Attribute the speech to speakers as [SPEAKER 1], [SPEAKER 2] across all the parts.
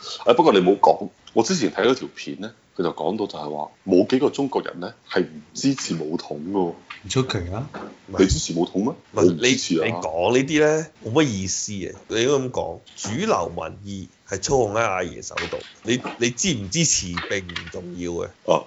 [SPEAKER 1] 誒不過你冇講，我之前睇咗條片咧，佢就講到就係話冇幾個中國人咧係唔支持武統嘅喎，
[SPEAKER 2] 唔出奇啊！
[SPEAKER 1] 你支持武統咩？
[SPEAKER 3] 唔
[SPEAKER 1] 我
[SPEAKER 3] 係
[SPEAKER 1] 唔
[SPEAKER 3] 你
[SPEAKER 1] 支持
[SPEAKER 3] 你
[SPEAKER 1] 啊！
[SPEAKER 3] 講呢啲咧冇乜意思嘅，你應該咁講，主流民意係操控喺阿爺手度，你你支唔支持並唔重要嘅，
[SPEAKER 1] 哦，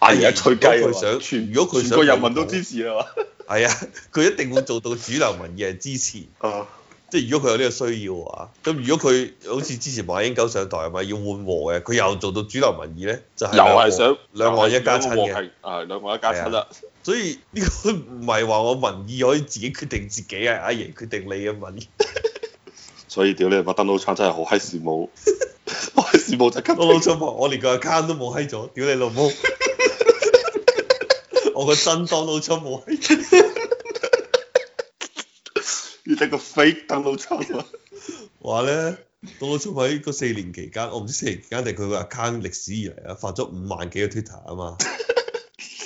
[SPEAKER 1] 阿爺一吹雞啊
[SPEAKER 3] 如果佢
[SPEAKER 1] 嘛
[SPEAKER 3] 想
[SPEAKER 1] 全
[SPEAKER 3] 如果佢
[SPEAKER 1] 全
[SPEAKER 3] 想
[SPEAKER 1] 國人民
[SPEAKER 3] 武統
[SPEAKER 1] 都支持啊
[SPEAKER 3] 係啊， 佢一定會做到主流民意係支持，
[SPEAKER 1] 嘛，啊
[SPEAKER 3] 即係如果佢有呢個需要嘅話，咁如果佢好似之前馬英九上台係咪要緩和嘅，佢又做到主流民意咧，就係
[SPEAKER 1] 又
[SPEAKER 3] 兩
[SPEAKER 1] 係
[SPEAKER 3] 岸
[SPEAKER 1] 想
[SPEAKER 3] 兩岸一家親嘅。
[SPEAKER 1] 嘅，啊兩岸一家親啦，
[SPEAKER 3] 所以呢個唔係話我民意可以自己決定自己係阿爺決定你嘅民意。
[SPEAKER 1] 所以屌你麥當勞餐真係好閪羨慕， 我閪羨慕就係
[SPEAKER 3] 我老粗話我連個 account 都冇閪咗，屌你老 母！我個真當老粗冇閪咗，
[SPEAKER 1] 要整個 fake 當勞餐啊！
[SPEAKER 3] 話咧，當老粗喺嗰四年期間，我唔知四年期間定佢個 account 歷史以嚟啊，發咗五萬幾個 Twitter 啊嘛。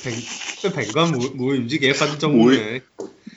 [SPEAKER 2] 平即係平均每每唔知幾多分鐘
[SPEAKER 1] 每
[SPEAKER 2] 嘅，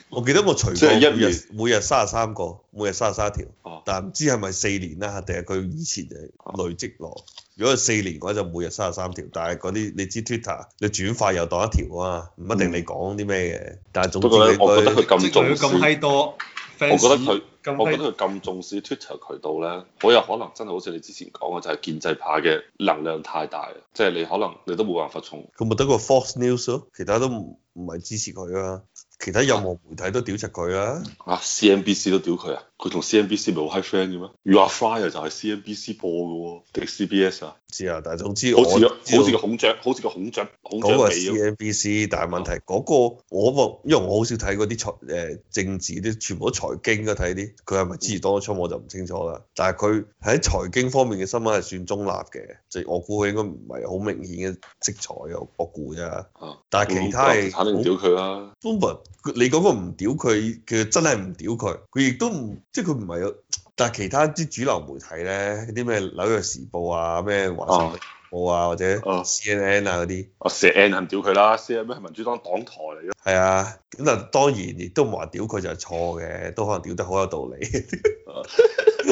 [SPEAKER 3] 我記得我除
[SPEAKER 1] 即係
[SPEAKER 3] 過每
[SPEAKER 1] 一
[SPEAKER 3] 日
[SPEAKER 1] 年
[SPEAKER 3] 每日三十三個，每日三十三條
[SPEAKER 1] 哦，
[SPEAKER 3] 但係唔知係咪四年啦，定係佢以前就累積落。如果係四年嘅話，就每日三十三條。但係嗰啲你知 Twitter 你轉發又當一條啊嘛，唔一定你講啲咩嘅。但係總之
[SPEAKER 1] 嗯不過咧，我覺得
[SPEAKER 3] 你
[SPEAKER 1] 佢咁
[SPEAKER 2] 即
[SPEAKER 1] 重
[SPEAKER 2] 係
[SPEAKER 1] 視，
[SPEAKER 2] 咁閪多 fans，
[SPEAKER 1] 我覺得佢
[SPEAKER 2] 咁
[SPEAKER 1] 我覺
[SPEAKER 2] 閪
[SPEAKER 1] 得佢咁重視 Twitter 渠道咧，好有可能真係好似你之前講嘅，就係建制派嘅能量太大，啊即係你可能你都冇辦法從
[SPEAKER 3] 佢咪得個 Fox News 咯，其他都唔唔係支持佢啊。其他任何媒體都屌柒佢啊！
[SPEAKER 1] 啊 CNBC 都屌佢啊，佢同 CNBC 咪好閪 friend 嘅咩？You Are Fire 就係 CNBC 播嘅喎，定 CBS 啊？
[SPEAKER 3] 唔知啊，但係總之我
[SPEAKER 1] 好似個好似
[SPEAKER 3] 知
[SPEAKER 1] 個
[SPEAKER 3] 道
[SPEAKER 1] 孔雀，好似個孔雀孔雀
[SPEAKER 3] 嗰個
[SPEAKER 1] 尾咁。
[SPEAKER 3] CNBC，但係問題嗰、個我個，因為我好少睇嗰啲財誒政治啲，全部都財經嘅睇啲，佢係咪支持 Donald Trump 我就唔清楚啦。但係佢喺財經方面嘅新聞係算中立嘅，即係我估佢應該唔係好明顯嘅色彩我我估啫。
[SPEAKER 1] 啊
[SPEAKER 3] 但係其他係
[SPEAKER 1] 肯定屌佢啦。
[SPEAKER 3] Bloomberg，佢你嗰個唔屌佢，佢真係唔屌佢，佢亦都唔即係佢唔係有。但係其他啲主流媒體咧，啲咩紐約時報啊、咩華盛頓報啊，或者
[SPEAKER 1] 哦
[SPEAKER 3] CNN 啊嗰啲。
[SPEAKER 1] 我射 N 肯屌佢啦，C M 係民主黨黨台嚟嘅，
[SPEAKER 3] 係啊，咁但當然亦都唔話屌佢就係錯嘅，都可能屌得好有道理，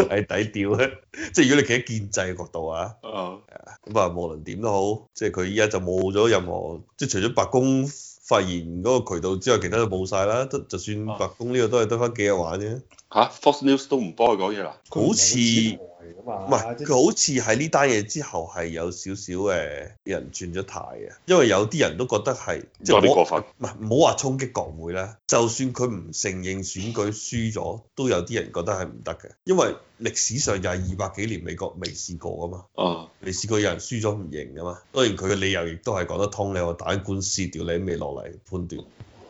[SPEAKER 3] 係抵屌啊！即係如果你企喺建制嘅角度啊，
[SPEAKER 1] 啊
[SPEAKER 3] 咁啊無論點都好，即係佢依家就冇咗任何，即係除咗白宮發言嗰個渠道之外，其他都冇晒啦。得就算白宮呢個都係得翻幾日玩啫。
[SPEAKER 1] 嚇 Fox News 都唔幫佢講嘢啦，
[SPEAKER 3] 好似
[SPEAKER 2] 唔
[SPEAKER 3] 唔係佢好似喺呢單嘢之後係有少少誒人轉咗態嘅，因為有啲人都覺得係即
[SPEAKER 1] 有
[SPEAKER 3] 係
[SPEAKER 1] 啲
[SPEAKER 3] 我
[SPEAKER 1] 過分。
[SPEAKER 3] 唔係唔好話衝擊國會啦，就算佢唔承認選舉輸咗，都有啲人覺得係唔得嘅，因為歷史上又係二百幾年美國未試過啊嘛，
[SPEAKER 1] 啊
[SPEAKER 3] 未試過有人輸咗唔認噶嘛。當然佢嘅理由亦都係講得通，你話打緊官司，屌你未落嚟判斷，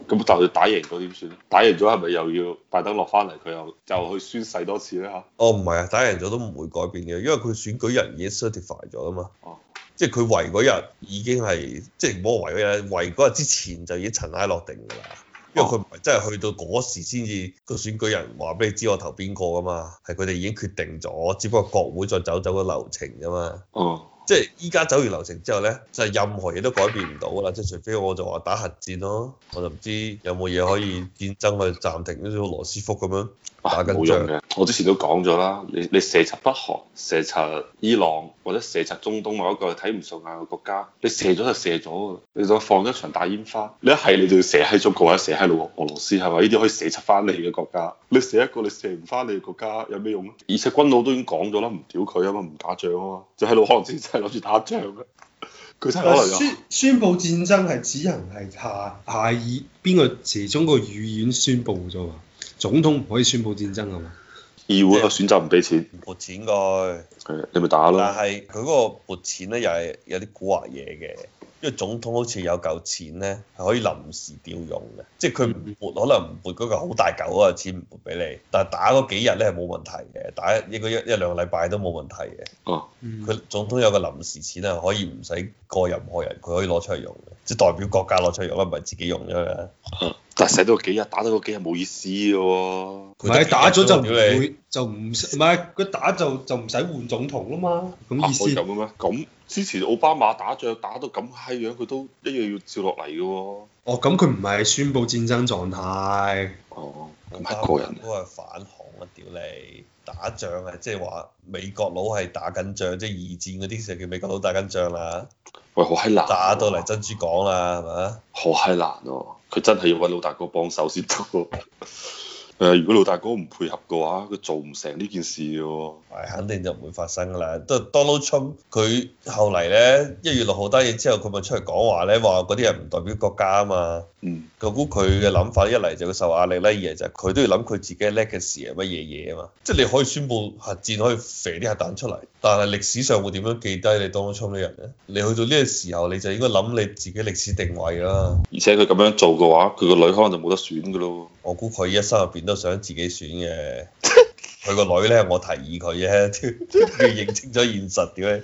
[SPEAKER 1] 咁但係佢打贏咗點算咧？打贏咗係咪又要拜登落翻嚟，佢又又去宣誓多次咧嚇？
[SPEAKER 3] 哦唔係啊，打贏咗都唔會改變嘅，因為佢選舉人已經 certify 咗啊嘛
[SPEAKER 1] 哦，
[SPEAKER 3] 即係佢圍嗰日已經係即係唔好話圍嗰日，圍嗰日之前就已經塵埃落定㗎啦。因為佢唔係真係去到嗰時先至個選舉人話俾你知我投邊個㗎嘛，係佢哋已經決定咗，只不過國會再走走個流程啫嘛。
[SPEAKER 1] 哦，
[SPEAKER 3] 即係依家走完流程之後咧，就係任何嘢都改變唔到㗎啦。即係除非我就話打核戰咯，我就唔知有冇嘢可以戰爭去暫停，好似羅斯福咁樣打
[SPEAKER 1] 啊
[SPEAKER 3] 緊
[SPEAKER 1] 冇
[SPEAKER 3] 仗
[SPEAKER 1] 用。嘅。我之前都講咗啦，你你射柒北韓、射柒伊朗或者射柒中東某一個睇唔順眼嘅國家，你射咗就射咗㗎啦，你就放一場大煙花。你一係你就要射喺中國或者射喺俄俄羅斯係咪？呢啲可以射柒翻你嘅國家，你射一個你射唔翻你嘅國家有咩用啊？而且軍佬都已經講咗啦，唔屌佢啊嘛，唔打仗啊嘛，就喺度可能之前真係諗住打仗嘅，佢真係可能有
[SPEAKER 2] 宣宣佈戰爭係只能係下下議邊個時中個議院宣佈啫嘛，總統唔可以宣佈戰爭啊嘛。
[SPEAKER 3] 嗯
[SPEAKER 1] 議會啊選擇唔俾錢，
[SPEAKER 3] 撥錢佢。
[SPEAKER 1] 係你咪打咯。
[SPEAKER 3] 但係佢嗰個撥錢咧，又係有啲古惑嘢嘅，因為總統好似有嚿錢咧係可以臨時調用嘅，即係佢唔撥，可能唔撥嗰嚿好大嚿嗰個錢唔撥俾你，但係打嗰幾日咧係冇問題嘅，打一個一一兩個禮拜都冇問題嘅。
[SPEAKER 1] 哦，
[SPEAKER 2] 佢
[SPEAKER 3] 佢總統有個臨時錢係可以唔使過任何人，佢可以攞出嚟用嘅，即係代表國家攞出嚟用啦，唔係自己用啫嘛。
[SPEAKER 1] 但係使到幾日，打到嗰幾日冇意思嘅喎。
[SPEAKER 2] 唔係打咗就唔
[SPEAKER 3] 屌你
[SPEAKER 2] 會就唔使唔係佢打就就唔使換總統啦嘛，
[SPEAKER 1] 嚇
[SPEAKER 2] 咁意
[SPEAKER 1] 可以
[SPEAKER 2] 思
[SPEAKER 1] 咁嘅咩？咁之前奧巴馬打仗打到咁閪樣，佢都一樣要照落嚟嘅喎。
[SPEAKER 2] 哦咁佢唔係宣佈戰爭狀態，
[SPEAKER 1] 哦，咁
[SPEAKER 3] 巴
[SPEAKER 1] 係個人
[SPEAKER 3] 都係反恐啊！屌你，打仗啊，即係話美國佬係打緊仗，即係二戰嗰啲就叫美國佬打緊仗啦，
[SPEAKER 1] 喂，好閪難、啊
[SPEAKER 3] 打到嚟，珍珠港啦，係咪
[SPEAKER 1] 好閪難喎、佢真係要揾老大哥幫手先得喎。 誒，如果老大哥唔配合嘅話，佢做唔成呢件事嘅喎。
[SPEAKER 3] 係肯定就唔會發生㗎啦。都 Donald Trump 佢後嚟咧一月六號單嘢之後，佢咪出嚟講話咧，話嗰啲人唔代表國家啊嘛。
[SPEAKER 1] 嗯，
[SPEAKER 3] 我估佢嘅諗法一嚟就會受壓力啦，二嚟就係佢都要諗佢自己 legacy 係乜嘢嘢啊嘛。即係你可以宣布核戰可以肥啲核彈出嚟，但係歷史上會點樣記低你 Donald Trump 呢個人咧？你去到呢個時候，你就應該諗你自己歷史定位啦。
[SPEAKER 1] 而且佢咁樣做嘅話，佢個女可能就冇得選嘅咯。
[SPEAKER 3] 我估佢一生入邊都想自己選嘅。佢個女咧，我提議佢啫， 要認清咗現實屌你！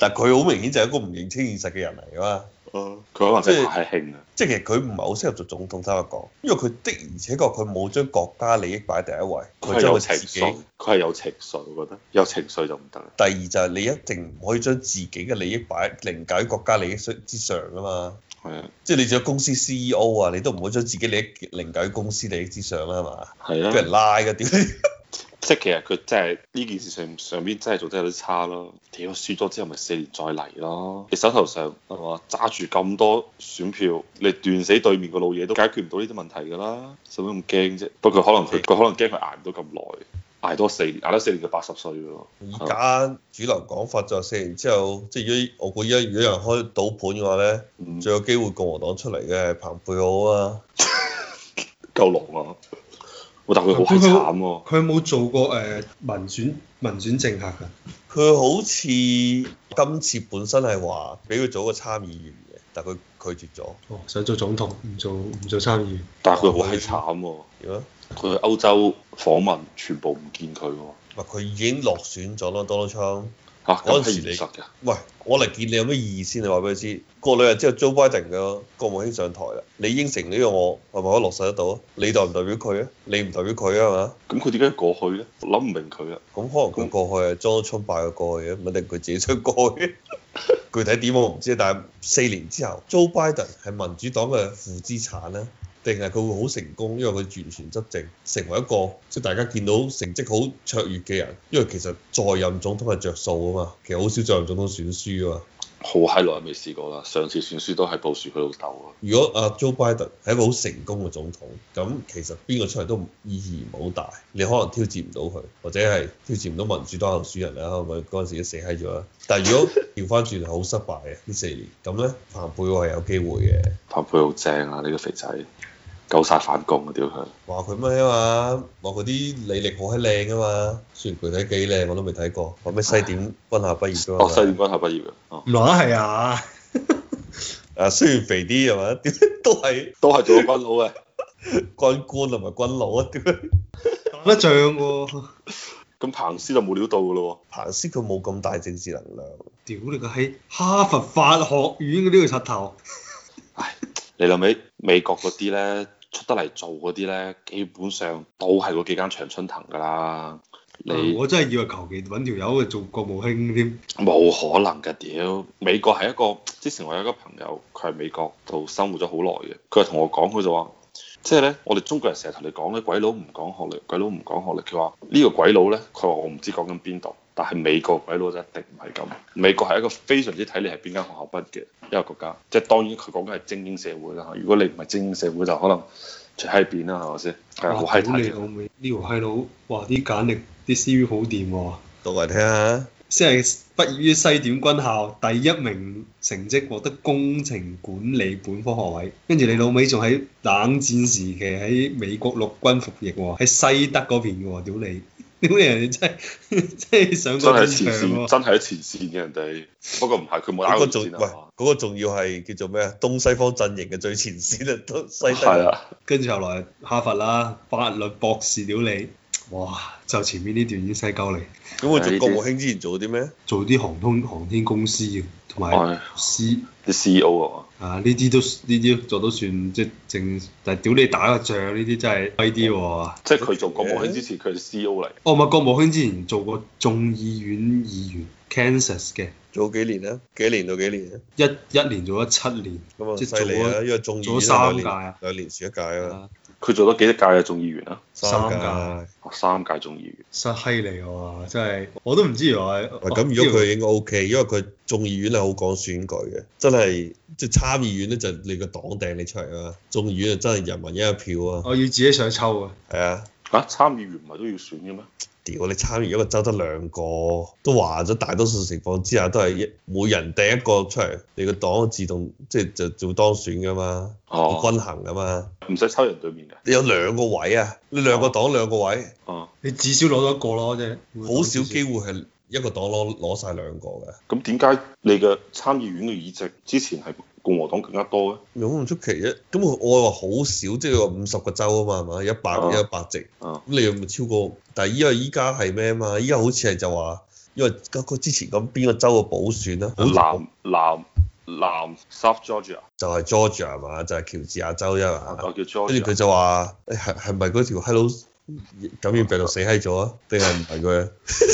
[SPEAKER 3] 但佢好明顯就係一個唔認清現實嘅人嚟㗎嘛。
[SPEAKER 1] 佢可能真
[SPEAKER 3] 啊即
[SPEAKER 1] 係
[SPEAKER 3] 係
[SPEAKER 1] 太興啦。
[SPEAKER 3] 即係其實佢唔係好適合做總統，坦白講，因為佢的而且確佢冇將國家利益擺第一位，
[SPEAKER 1] 佢
[SPEAKER 3] 佢
[SPEAKER 1] 係
[SPEAKER 3] 將
[SPEAKER 1] 有
[SPEAKER 3] 佢
[SPEAKER 1] 情
[SPEAKER 3] 自己。
[SPEAKER 1] 緒，佢係有情緒，我覺得有情緒就唔得啦。
[SPEAKER 3] 第二就係你一定唔可以將自己嘅利益擺凌駕於國家利益之上噶嘛，
[SPEAKER 1] 係啊，
[SPEAKER 3] 即係你做公司 CEO 啊，你都唔可以將自己利益凌駕於公司利益之上啦，係嘛？
[SPEAKER 1] 係
[SPEAKER 3] 俾人
[SPEAKER 1] 啊，
[SPEAKER 3] 拉嘅屌你！
[SPEAKER 1] 即係其實佢真係呢件事上上邊真係做得有啲差咯。屌，輸咗之後咪四年再嚟咯。你手頭上係嘛揸住咁多選票，你斷死對面個老嘢都解決唔到呢啲問題㗎啦，使乜咁驚啫？不過可能佢佢可能驚佢捱唔到咁耐，捱多四年，捱多四年佢八十歲㗎咯。
[SPEAKER 3] 而家主流講法就係四年之後，即係如果我估依家如果有人開賭盤嘅話咧，
[SPEAKER 1] 嗯
[SPEAKER 3] 最有機會共和黨出嚟嘅係蓬佩奧啊，
[SPEAKER 1] 夠狼啊！我但佢好閪慘喎、
[SPEAKER 2] 佢有冇做過誒、民選民選政客㗎？
[SPEAKER 3] 佢好似今次本身係話俾佢做一個參議員嘅，但佢拒絕咗，
[SPEAKER 2] 哦，想做總統，唔做唔做參議員。
[SPEAKER 1] 但係佢好閪慘喎、
[SPEAKER 3] 點啊？
[SPEAKER 1] 佢去歐洲訪問，全部唔見佢喎、
[SPEAKER 3] 唔係佢已經落選咗咯，Donald Trump。
[SPEAKER 1] 嚇
[SPEAKER 3] 嗰
[SPEAKER 1] 啊咁
[SPEAKER 3] 陣
[SPEAKER 1] 係
[SPEAKER 3] 時你
[SPEAKER 1] 現實㗎。
[SPEAKER 3] 喂，我嚟見你有咩意義先？你話俾佢知。過兩日之後，Joe Biden 嘅國務卿上台啦，你應承呢個我係咪可以落實得到啊？你代唔代表佢啊？你唔代表佢啊嘛？
[SPEAKER 1] 咁佢點解要過去咧？我諗唔明佢啊！
[SPEAKER 3] 咁可能佢過去係 Donald Trump 拜佢過去嘅，唔一定佢自己想過去。具體點我唔知，但係四年之後，Joe Biden 係民主黨嘅負資產咧，定係佢會好成功，因為佢完全執政，成為一個即係大家見到成績好卓越嘅人。因為其實在任總統係着數啊嘛，其實好少在任總統選輸啊嘛。
[SPEAKER 1] 好閪耐未試過啦，上次選書都係報樹佢老豆啊！
[SPEAKER 3] 如果阿 Joe Biden 係一個好成功嘅總統，咁其實邊個出嚟都意義唔好大，你可能挑戰唔到佢，或者係挑戰唔到民主黨候選人啦，係咪嗰陣時都死閪咗啦？但係如果調翻轉係好失敗嘅呢四年，咁咧彭佩奧係有機會嘅，
[SPEAKER 1] 彭佩好正啊！呢個肥仔夠晒反共啊！屌佢！
[SPEAKER 3] 話佢咩啊嘛，話佢啲履歷好閪靚啊嘛，雖然具體幾靚我都未睇過，話咩西點軍校畢業㗎嘛，
[SPEAKER 1] 哦，西點軍校畢業嘅，哦，
[SPEAKER 2] 唔乸係啊！
[SPEAKER 3] 啊雖然肥啲係嘛，屌都係
[SPEAKER 1] 都係做咗軍佬嘅。
[SPEAKER 3] 軍官同埋軍佬啊，屌
[SPEAKER 2] 打得仗喎、
[SPEAKER 1] 咁彭斯就冇料到嘅咯
[SPEAKER 3] 彭斯佢冇咁大政治能量。
[SPEAKER 2] 屌你個閪！哈佛法學院嘅呢個柒頭，
[SPEAKER 1] 喎！你諗起美國嗰啲咧，出得嚟做嗰啲咧，基本上都係嗰幾間長春藤㗎啦。你
[SPEAKER 2] 啊我真係以為求其揾條友去做國務卿添。
[SPEAKER 1] 冇可能㗎，屌！美國係一個，之前我有一個朋友，佢係美國度生活咗好耐嘅，佢係同我講，佢就話，即係咧，我哋中國人成日同你講咧，鬼佬唔講學歷，鬼佬唔講學歷，佢話呢個鬼佬咧，佢話我唔知講緊邊度，但係美國鬼佬就一定唔係咁。美國係一個非常之睇你係邊間學校畢業嘅一個國家，即係當然佢講緊係精英社會啦。如果你唔係精英社會，就可能最閪邊啦，係咪先？係啊好
[SPEAKER 2] 哇
[SPEAKER 1] 閪
[SPEAKER 2] 屌你老
[SPEAKER 1] 睇。
[SPEAKER 2] 味！呢條閪佬，哇！啲簡歷啲 CV 好掂喎、
[SPEAKER 3] 讀嚟聽下，
[SPEAKER 2] 即係畢業於西點軍校，第一名成績獲得工程管理本科學位，跟住你老尾仲喺冷戰時期喺美國陸軍服役喎，喺西德嗰邊嘅喎，屌你！屌你人哋真係 真係上
[SPEAKER 1] 真
[SPEAKER 2] 過
[SPEAKER 1] 係
[SPEAKER 2] 戰
[SPEAKER 1] 前
[SPEAKER 2] 場
[SPEAKER 1] 線，
[SPEAKER 2] 喎，
[SPEAKER 1] 真係喺前線嘅人哋，不過唔係佢冇打
[SPEAKER 3] 嗰
[SPEAKER 1] 過
[SPEAKER 3] 個
[SPEAKER 1] 前
[SPEAKER 3] 仲喂
[SPEAKER 1] 線啊嘛。
[SPEAKER 3] 嗰個仲要係叫做咩啊？東西方陣營嘅最前線啊， 東西
[SPEAKER 1] 係
[SPEAKER 3] 德。
[SPEAKER 1] 啊。
[SPEAKER 2] 跟住後來哈佛啦，法律博士屌你，哇！就前面呢段已經西鳩嚟，
[SPEAKER 3] 咁佢做國務卿之前做啲咩？
[SPEAKER 2] 做啲航空航天公司嘅，同埋
[SPEAKER 1] 唉
[SPEAKER 2] 司。
[SPEAKER 1] 哦啲 CEO 啊嘛，
[SPEAKER 2] 啊！呢啲都呢啲都做到算即係正，但係屌你打個仗呢啲真係威啲喎。
[SPEAKER 1] 即係佢做國務卿之前，佢係 CEO 嚟。
[SPEAKER 2] 哦，唔係國務卿之前做過眾議院議員 Kansas 嘅，
[SPEAKER 3] 做幾年啊？幾年到幾年啊？
[SPEAKER 2] 一一年做咗七年，
[SPEAKER 3] 咁啊
[SPEAKER 2] 即係做
[SPEAKER 3] 犀利啊！
[SPEAKER 2] 咗
[SPEAKER 3] 因為眾議
[SPEAKER 2] 做咗
[SPEAKER 3] 院啊
[SPEAKER 2] 三
[SPEAKER 3] 兩
[SPEAKER 2] 屆
[SPEAKER 3] 年
[SPEAKER 2] 啊
[SPEAKER 3] 兩年選一屆啊嘛。
[SPEAKER 1] 佢做咗幾多屆嘅眾議員啊？
[SPEAKER 2] 三
[SPEAKER 3] 屆
[SPEAKER 2] 屆。
[SPEAKER 1] 哦三屆眾議員。
[SPEAKER 2] 失閪嚟喎，真係我都唔知原來。
[SPEAKER 3] 喂咁
[SPEAKER 2] 哦
[SPEAKER 3] 如果佢應該 O K，因為佢眾議院係好講選舉嘅，真係即係參議院咧就你個黨掟你出嚟啊，眾議院就真係人民一人一票啊，
[SPEAKER 2] 我要自己上抽啊，
[SPEAKER 3] 係啊，
[SPEAKER 1] 啊，參議員唔係都要選嘅咩？
[SPEAKER 3] 屌你參議院一個州得兩個，都話咗大多數情況之下都係一每人掟一個出嚟，你個黨自動即係就就當選噶嘛，好
[SPEAKER 1] 哦，
[SPEAKER 3] 均衡噶嘛，
[SPEAKER 1] 唔使抽人對面嘅。
[SPEAKER 3] 你有兩個位啊，你兩個黨兩個位，
[SPEAKER 1] 哦，
[SPEAKER 2] 你至少攞到一個咯，即係
[SPEAKER 3] 好少機會係一個黨攞攞曬兩個嘅。
[SPEAKER 1] 咁點解你嘅參議院嘅議席之前係共和黨更加多嘅？
[SPEAKER 3] 有乜咁出奇啫？咁我我話好少，即係話五十個州啊嘛，係嘛？一百
[SPEAKER 1] 啊
[SPEAKER 3] 一百席，咁
[SPEAKER 1] 啊
[SPEAKER 3] 你又咪超過？但係因為依家係咩啊嘛？依家好似係就話，因為嗰個之前咁邊個州嘅補選啦，好似
[SPEAKER 1] 南南南 South Georgia，
[SPEAKER 3] 就係 Georgia 係嘛，就係喬治亞州啫嘛。
[SPEAKER 1] 我叫
[SPEAKER 3] 跟住佢
[SPEAKER 1] 啊 Georgia。
[SPEAKER 3] 就話：誒係係咪嗰條閪佬感染病毒死閪咗啊？ 定係唔係佢？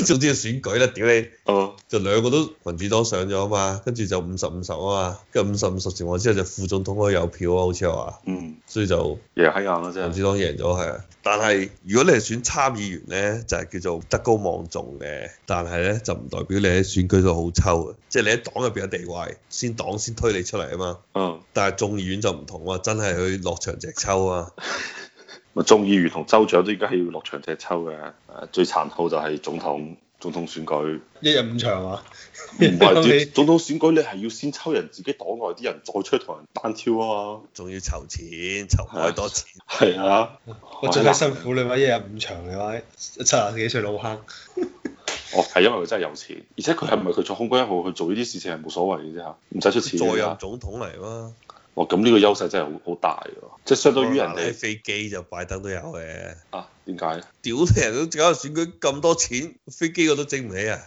[SPEAKER 3] 總之係選舉啦，屌你！
[SPEAKER 1] 哦，
[SPEAKER 3] 就兩個都民主黨上咗啊嘛，跟住就五十五十啊嘛，跟住五十五十情況之下就副總統可以有票啊，好似係話，
[SPEAKER 1] 嗯，
[SPEAKER 3] 所以就。
[SPEAKER 1] 贏喺硬啦，啊真
[SPEAKER 3] 民
[SPEAKER 1] 係。
[SPEAKER 3] 主黨贏咗係啊，但係如果你係選參議員咧，就係、叫做德高望重嘅，但係咧就唔代表你喺選舉度好抽嘅，啊即係你喺黨入邊有地位，先黨先推你出嚟啊嘛。
[SPEAKER 1] 嗯，
[SPEAKER 3] 但係眾議院就唔同啊，真係去落場直抽啊。
[SPEAKER 1] 咪眾議員同州長都而家係要落場踢抽嘅。誒，最殘酷就係總統總統選舉。
[SPEAKER 2] 一日五場啊，
[SPEAKER 1] 唔係
[SPEAKER 2] 你
[SPEAKER 1] 總統選舉，你係要先抽人自己黨內啲人，再出去同人單挑啊嘛。
[SPEAKER 3] 仲要籌錢，籌好多錢，
[SPEAKER 1] 係啊，
[SPEAKER 2] 我最閪辛苦你話一日五場你話七廿幾歲老坑，
[SPEAKER 1] 哦，係因為佢真係有錢，而且佢係唔係佢做空軍一號去做呢啲事情係冇所謂嘅啫嚇，唔使出錢
[SPEAKER 3] 再
[SPEAKER 1] 㗎
[SPEAKER 3] 任
[SPEAKER 1] 咋。
[SPEAKER 3] 總統嚟啊嘛。
[SPEAKER 1] 哦，咁呢個優勢真係好好大喎，即係相當於人
[SPEAKER 3] 嗱你喺
[SPEAKER 1] 哋
[SPEAKER 3] 飛機就拜登都有嘅，
[SPEAKER 1] 啊點解？
[SPEAKER 3] 屌你人都搞個選舉咁多錢，飛機我都整唔起啊！